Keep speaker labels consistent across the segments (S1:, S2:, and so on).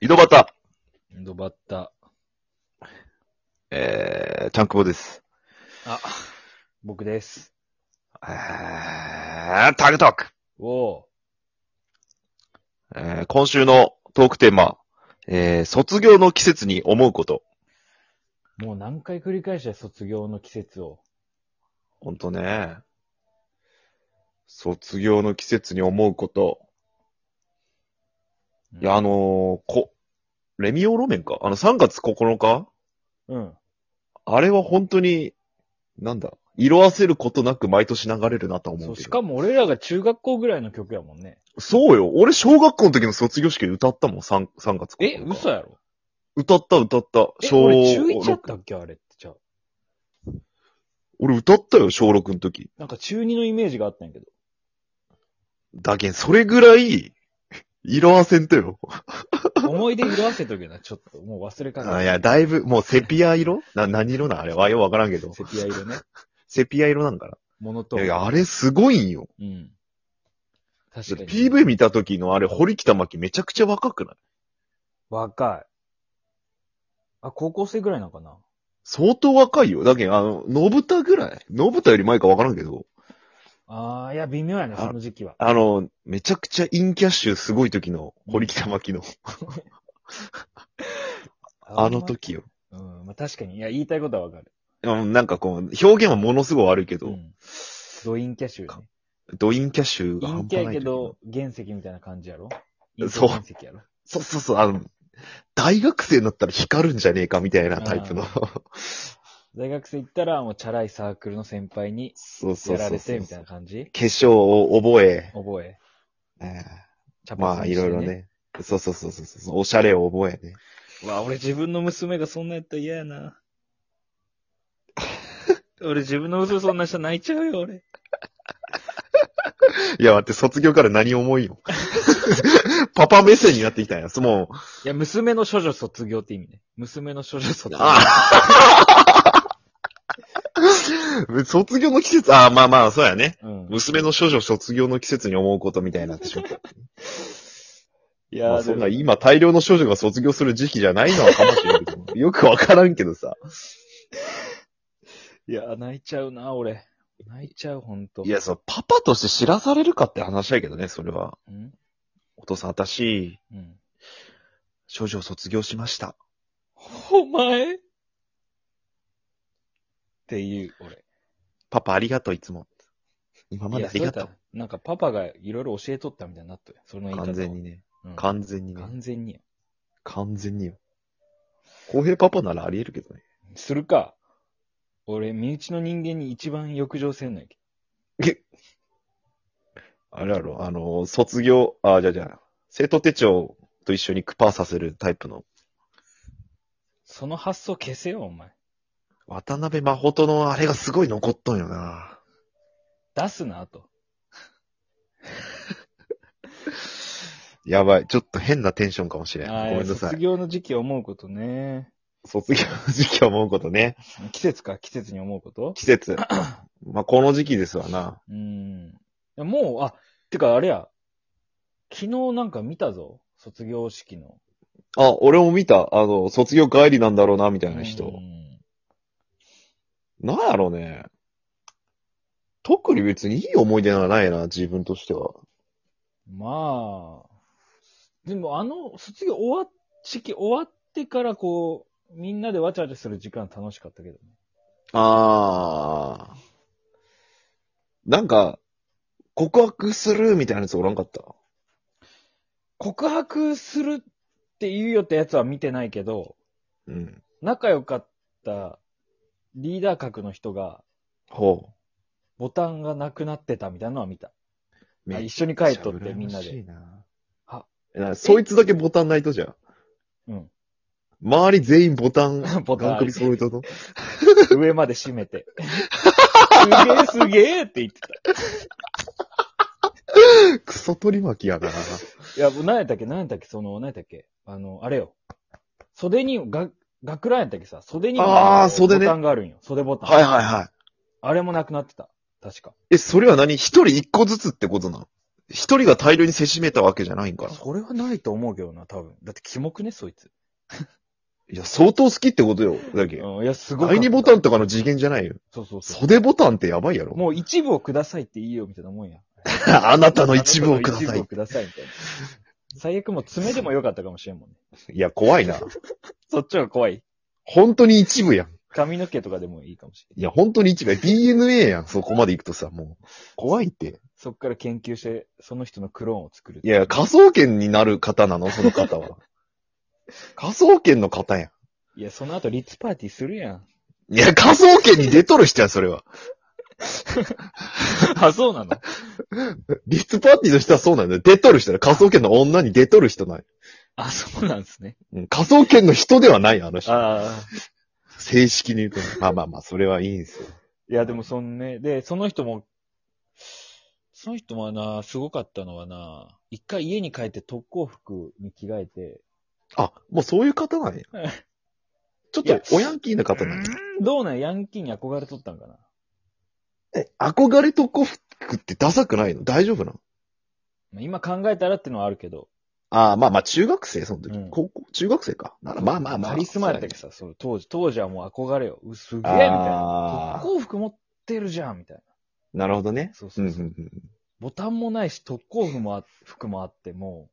S1: 井戸端、
S2: ドバッタ。
S1: えー、ちゃんくぼです。
S2: あ、僕です。
S1: えー、タグトーク、
S2: おー
S1: えー、今週のトークテーマ、えー、卒業の季節に思うこと。
S2: もう何回繰り返した卒業の季節を。
S1: ほんとね。卒業の季節に思うこと。いや、あ、のーこ、レミオロメンかあの、3月9日
S2: うん。
S1: あれは本当に、なんだ、色あせることなく毎年流れるなとは思
S2: そうう、
S1: け
S2: し
S1: ど。
S2: かも俺らが中学校ぐらいの曲やもんね。
S1: そうよ。俺、小学校の時の卒業式で歌ったもん、3, 3月9日。
S2: え、嘘やろ
S1: 歌った、歌った。
S2: え、
S1: 小
S2: 俺中1やっ
S1: 六
S2: たっけあれって。じゃあ。
S1: 俺歌ったよ、小6の時。
S2: なんか中2のイメージがあったんや けど。
S1: だけん、それぐらい、色あせんとよ。
S2: 思い出色あせとけな、ちょっと。もう忘れかけた
S1: あいや、だいぶ、もうセピア色な、何色なあれはよくわからんけど。
S2: セピア色ね。
S1: セピア色なんか
S2: モノト
S1: な。い
S2: ーン。
S1: やいや、あれすごいんよ。
S2: うん。確
S1: だっ
S2: か
S1: て
S2: に。。
S1: PV 見た時のあれ、堀北真希めちゃくちゃ若くない
S2: 若い。あ、高校生ぐらいなんかな。
S1: 相当若いよ。だけん、あの、信太ぐらい信太より前かわからんけど、
S2: あー、いや、微妙やね、その時期は。
S1: あの、めちゃくちゃインキャッシュすごい時の堀北真希の、あの時よ。
S2: うん、まあ確かに。いや、言いたいことはわかる。
S1: うんなんかこう、表現はものすごい悪いけど、
S2: うん。ドインキャッシュ、ね。
S1: ドインキャッシュが
S2: イン
S1: 半
S2: キ
S1: 端
S2: ャや
S1: ない
S2: け
S1: 時の
S2: ど、原石みたいな感じやろインキ
S1: そう
S2: ャ原石やろ
S1: そうそうそう、あの、大学生になったら光るんじゃねえかみたいなタイプの。
S2: 大学生行ったら、もうチャラいサークルの先輩に
S1: そうそう
S2: や
S1: そ
S2: ら
S1: う
S2: れ
S1: そう。
S2: て、みたいな感じ
S1: 化粧を覚え、
S2: 覚え。
S1: え
S2: チャ
S1: ーまあ、
S2: 髪
S1: い
S2: にして
S1: ろいろ。ね。そうそうそうそうそう。おしゃれを覚えね。
S2: うわ、俺自分の娘がそんなやったら嫌やな。 俺自分の娘そんなしたら泣いちゃうよ、俺。
S1: いや、待って、卒業から何思いよ。 パパ目線になってきたんや。その、
S2: いや、娘の処女卒業って意味ね。娘の処女卒業。
S1: ああ 卒業の季節、ああ、まあまあ、そうやね。
S2: うん。
S1: 娘の少女卒業の季節に思うことみたいになってしまった。
S2: い
S1: ま
S2: や
S1: あ、そんな
S2: でも
S1: 今大量の少女が卒業する時期じゃないのはかもしれんけ ど、よくわからんけどさ。
S2: いや、泣いちゃうな、俺。泣いちゃう、ほんと。
S1: い、や、そのパパとして知らされるかって話だけどね、それは。
S2: うん
S1: お父さん、私、
S2: うん。
S1: 少女を卒業しました。
S2: お前っていう、俺。
S1: パパありがとう、いつも。今ま
S2: い
S1: で
S2: や
S1: ありがと
S2: それやったらなんかパパがいろいろ教えとったみたいになっとる。その言
S1: う。
S2: い方は
S1: 完全に。ね。
S2: うん
S1: 完全にね。
S2: 完全に。
S1: 完全によ。公平パパならあり得るけどね。
S2: するか。俺、身内の人間に一番欲情せんのやけ。
S1: あれやろ、あの、卒業、あ、じゃあじゃあ生徒手帳と一緒にクパーさせるタイプの、
S2: その発想消せよ、お前。
S1: 渡辺誠のあれがすごい残っとんよな。
S2: 出すな、あと。
S1: やばい。ちょっと変なテンションかもしれん。ご
S2: あー
S1: めんなさ
S2: 卒
S1: い。
S2: 業の時期思うことね。
S1: 卒業の時期思うこと ね。
S2: 季節か、季節に思うこと
S1: 季節。まあ、この時期ですわな。
S2: うん。いやもう、あ、てかあれや。昨日なんか見たぞ。卒業式の。
S1: あ、俺も見た。あの、卒業帰りなんだろうな、みたいな
S2: う
S1: 人。
S2: ん
S1: なんやろうね。特に別にいい思い出はないな、自分としては。
S2: まあ、でもあの、卒業終わっ、式終わってからこう、みんなでわちゃわちゃする時間楽しかったけどね。
S1: あー。なんか、告白するみたいなやつおらんかった。
S2: 告白するって言うよってやつは見てないけど、
S1: うん。
S2: 仲良かったリーダー格の人が、
S1: ほ
S2: ボタンがなくなってたみたいなのは見た。
S1: う。
S2: あ
S1: めっ
S2: 一
S1: ち
S2: 緒に帰
S1: ゃ
S2: っとってみんな
S1: 羨まし
S2: で。
S1: いな。
S2: は
S1: なそいつだけボタンないとじゃん。
S2: うん。
S1: 周り全員ボタ ン、
S2: ボタン
S1: ガン首揃え との。
S2: 上まで閉め て。すげえすげえって言ってた。
S1: クソ取り巻きやな。
S2: いや、何やったっけ何やったっけその、何やったっけあの、あれよ。袖に、が、学ランやったっけさ、袖にも
S1: あー
S2: の
S1: 袖ね
S2: ボタンがあるんよ。袖ボタン。
S1: はいはいはい。
S2: あれもなくなってた。確か。
S1: え、それは何一人一個ずつってことなの一人が大量にせしめたわけじゃないんかな。
S2: それはないと思うけどな、多分。だってキモくね、そいつ。
S1: いや、相当好きってことよ。だけ。
S2: うん、いや、すごい。
S1: 第二ボタンとかの次元じゃないよ。
S2: そうそうそう。
S1: 袖ボタンってやばいやろ。
S2: もう一部をくださいっていいよ、みたいなもんや。
S1: あなたの一部をくだ
S2: あな
S1: さ
S2: たの一部を
S1: い。
S2: くださいみたいな。最悪もう爪でもよかったかもしれんもんね。
S1: いや、怖いな。
S2: そっちが怖い。
S1: 本当に一部やん。
S2: 髪の毛とかでもいいかもしれない。
S1: いや、本当に一部や。DNA やん。そこまで行くとさ、もう。怖いって。
S2: そっから研究して、その人のクローンを作る。
S1: いや、仮想研になる方なのその方 は。仮想研の方や
S2: いや、その後リッツパーティーするやん。
S1: ん。いや、仮想研に出とる人や、それは。
S2: あ、そうなの
S1: リッツパーティーの人はそうなんだよ。出とる人だ。仮想研の女に出とる人ない。
S2: あ、そうなんですね。
S1: うん、仮想研の人ではない、あの人。
S2: ああ。
S1: 正式に言う とね。まあまあまあ、それはいいんですよ。
S2: いや、でもそんね、で、その人も、その人もな、すごかったのはな、一回家に帰って特攻服に着替えて、
S1: あ、もうそういう方 なんや
S2: うん。
S1: ちょっ
S2: いや
S1: と、おヤンキーな方なんや。
S2: どうなんヤンキーに憧れとったんかな。
S1: え、憧れとこ服ってダサくないの大丈夫なの
S2: まあ今考えたらってのはあるけど、
S1: ああ、まあまあ、中学生、その時。
S2: うん
S1: 高校、中学生か。ならまあまあまあ。
S2: カリスマやったけど
S1: ど。
S2: さ、その当時、当時はもう憧れよ。うすげえみたい
S1: あー。
S2: な特攻服持ってるじゃんみたいな。
S1: なるほどね。
S2: そう
S1: う
S2: そ
S1: ん、
S2: う
S1: う
S2: そう。
S1: ん、うん。
S2: ボタンもないし、特攻服もあ服もあって、も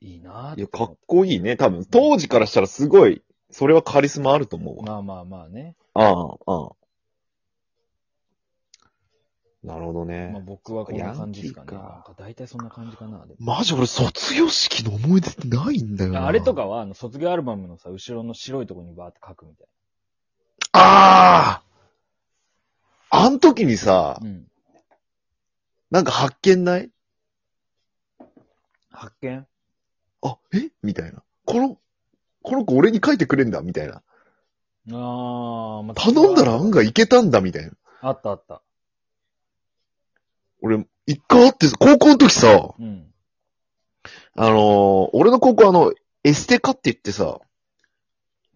S2: う、いいなーっ
S1: い
S2: て
S1: や、
S2: 思
S1: か
S2: っ
S1: っこいいね。多分、当時からしたらすごい、それはカリスマあると思う
S2: て。
S1: わ。
S2: まあまあまあね。
S1: ああ、ああ。なるほど
S2: まあ
S1: ね。
S2: 僕はこんな感じですか
S1: ヤ
S2: ね。
S1: ンキーか
S2: なんか大体そんな感じかな。でも
S1: マジ俺、卒業式の思い出ってないんだよな
S2: ああれと。かは、あの、卒業アルバムのさ、後ろの白いとこにバーって書くみたい
S1: あああん時にさ、
S2: な。うん。
S1: なんか発見ない
S2: 発見
S1: あ、えみたいな。この、この子俺に書いてくれんだみたいな。
S2: あー、まあ、
S1: 頼んだら案外いけたんだみたいな。
S2: あったあった。
S1: 俺、一回あって、高校の時さ、
S2: うん。
S1: あのー俺の高校あの、エステ科って言ってさ、
S2: うん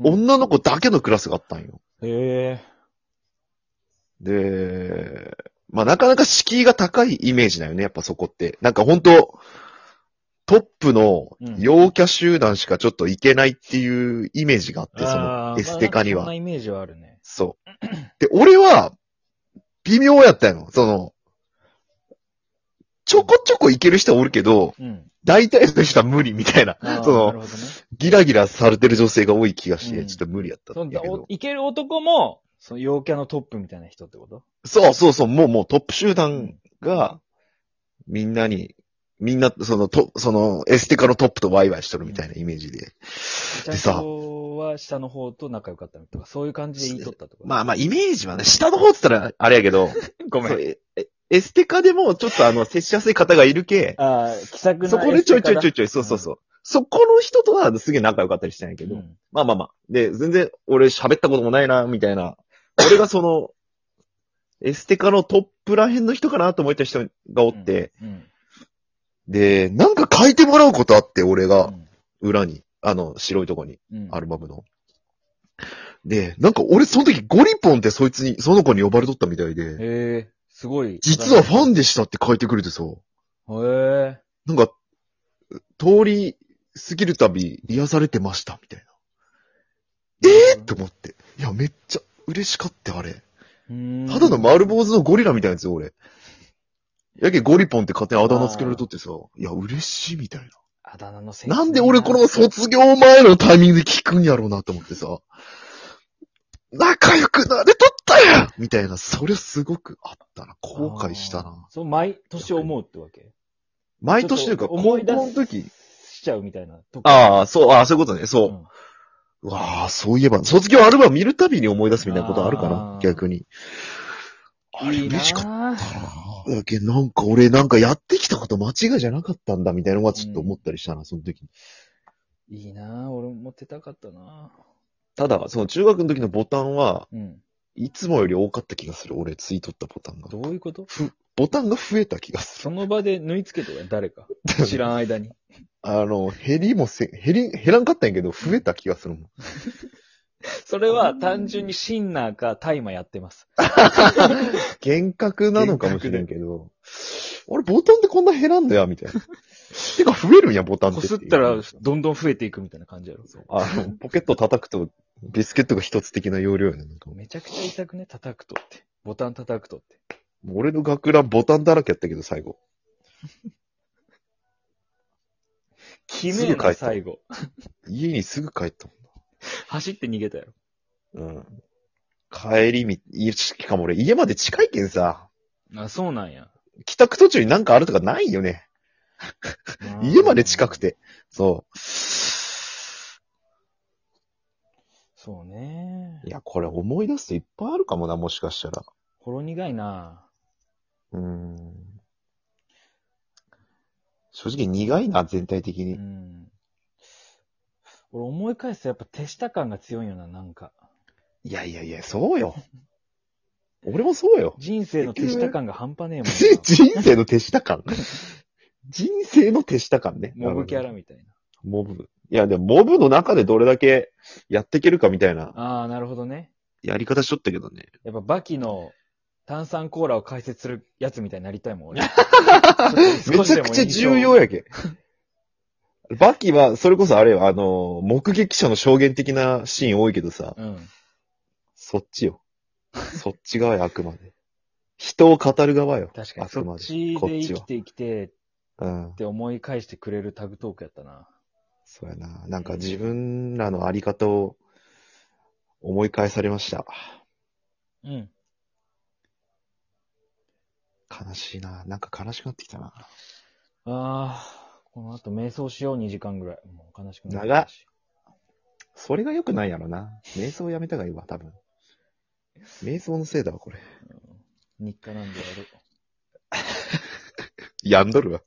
S1: 女の子だけのクラスがあったんよ。
S2: へえ。
S1: で、まあなかなか敷居が高いイメージだよね、やっぱそこって。なんかほんと、トップの陽キャ集団しかちょっといけないっていうイメージがあって、そ
S2: あ
S1: の
S2: ー
S1: エステ科に
S2: まあなんかそんな
S1: は。
S2: イメージはあるね。
S1: そう。で、俺は、微妙やったよ。その、ちょこちょこいける人はおるけど、
S2: うん。
S1: 大体の人は無理みたいな
S2: あ。ー
S1: そ
S2: な
S1: の
S2: る、ほどね。
S1: ギラギラされてる女性が多い気がして、
S2: うん
S1: ちょっと無理やった
S2: そ
S1: んだけ
S2: の
S1: ど
S2: お。いける男も、その陽キャのトップみたいな人ってこと
S1: そうそうそう、もうもうトップ集
S2: う
S1: 団。が、みんなに、みんな、その、と、その、エステカのトップとワイワイしとるみたいなイメージで。
S2: ちゃ
S1: で
S2: ん
S1: さ
S2: とは下の方と仲良かったとか、そういう感じで言いとったとか。
S1: まあまあ、イメージはね、下の方って言ったら、あれやけど、
S2: ご
S1: そう。ええエステカでもちょっとあの、接しやすい方がいるけ、
S2: ああ、気さくな。
S1: そこでちょいちょいちょいちょい、そううんそうそう。そこの人とはすげえ仲良かったりしたんやけど、
S2: うん
S1: まあまあまあ。で、全然俺喋ったこともないな、みたいな。俺がその、エステカのトップら辺の人かなと思った人がおって、、
S2: うん
S1: で、なんか書いてもらうことあって、俺
S2: う
S1: が、
S2: ん
S1: 裏に、あの、白いとこに、
S2: うん
S1: アルバムの。で、なんか俺その時ゴリポンってそいつに、その子に呼ばれとったみたいで、
S2: へえ、すごい。
S1: 実はファンでしたって書いてくれてさ、
S2: ン。へえ。
S1: なんか、通り過ぎるたび癒されてました、みたいな。えー、と思って。いや、めっちゃ嬉しかった、あれ。
S2: うん
S1: ただの丸坊主のゴリラみたいなやつよ、俺。やけゴリポンって勝手にあだ名つけられとってさ、いや、嬉しいみたい
S2: あだ名のせい
S1: な。なんで俺この卒業前のタイミングで聞くんやろうなと思ってさ、仲良くなれとったやんみたいな、それすごくあったな。後悔したな
S2: あ。ーそう、毎年思うってわけ
S1: 毎年というか、
S2: ちょ
S1: 高
S2: っと
S1: 校
S2: 思い出す
S1: の時。
S2: しちゃうみたいなとこ。
S1: ああ、そう、ああ、そういうことね。そうう。
S2: ん
S1: うわあ、そういえば、卒業アルバム見るたびに思い出すみたいなことあるか
S2: あ
S1: な
S2: ー
S1: 逆に。あれ、
S2: いいな
S1: 嬉しかった。
S2: ぁ
S1: だけどなんか俺なんかやってきたこと間違いじゃなかったんだみたいなのはちょっと思ったりしたな、その時に。
S2: いいなぁ俺もモテたかったな
S1: ただ、その中学の時のボタンは、
S2: ぁうん。
S1: いつもより多かった気がする。俺、ついとったボタンが。
S2: どういうこと
S1: ふ、ボタンが増えた気がす
S2: その場で縫い付けとか 誰か。
S1: る。
S2: 知らん間に。
S1: あの、減りもせ、減り、減らんかったんやけど、増えた気がするもん。
S2: それは単純にシンナーかタイマーやってます。
S1: 幻覚なのかもしれんけど、俺、ボタンってこんな減らんだよ、み たいな。てか、増えるんや、ボタンって
S2: こ
S1: ってい
S2: す
S1: う。
S2: ったら、どんどん増えていくみたいな感じやろ。
S1: あの、ポケット叩くと、ビスケットが一つ的な容量やね。なんかも
S2: めちゃくちゃ痛くね、叩くとって。ボタン叩くとって。
S1: う俺の学ランボタンだらけやったけど、最後。
S2: き
S1: す
S2: めえ
S1: ぐ帰った
S2: な、最後。
S1: 家にすぐ帰った
S2: 走って逃げたよ。
S1: もん。うん。帰りみ、いしかも俺、家まで近いけんさ、
S2: あ、そうなんや。
S1: 帰宅途中になんかあるとかないよね。 家まで近く
S2: て。
S1: て。そ
S2: そうね
S1: う。。いや、これ思い出すといっぱいあるかもな、もしかしたら。
S2: ほろ苦いな。
S1: うーん。正直苦いな、全体的
S2: う
S1: に。
S2: ん。俺思い返すとやっぱ手下感が強いよな、なんか。
S1: いやいやいや、そう よ。俺もそうよ。
S2: 人生の手下感が半端ねえもん
S1: 人生の手下感。人生の手下感ね。
S2: な。モブキャラみたいな。
S1: モブ。いや、でも、モブの中でどれだけやっていけるかみたいな
S2: ああ、なるほどね。
S1: やり方しとったけどね。
S2: やっぱバキの炭酸コーラを解説するやつみたいになりたいも ん、俺。
S1: めちゃくちゃ重要やけ。バキは、それこそあれよ、あの、目撃者の証言的なシーン多いけどさ、
S2: うん。
S1: そっちよ。そっち側や、あくまで。人を語る側よ。
S2: 確か
S1: あ
S2: に、そ
S1: くま
S2: っ
S1: で
S2: ち
S1: こっ
S2: で
S1: ち
S2: 生
S1: は
S2: きて生きて
S1: うん
S2: っ。て思い返してくれるタグトークやったな。
S1: そうやな。なんか自分らのあり方を思い返されました。
S2: うん。
S1: 悲しいな。なんか悲しくなってきたな。
S2: ああ、この後瞑想しよう2時間ぐらい。もう悲しくな
S1: 長
S2: っ
S1: っそれが良くないやろな。瞑想やめた方がいいわ、多分。瞑想のせいだわ、これ。
S2: 日課なんでやる。
S1: やんどるわ。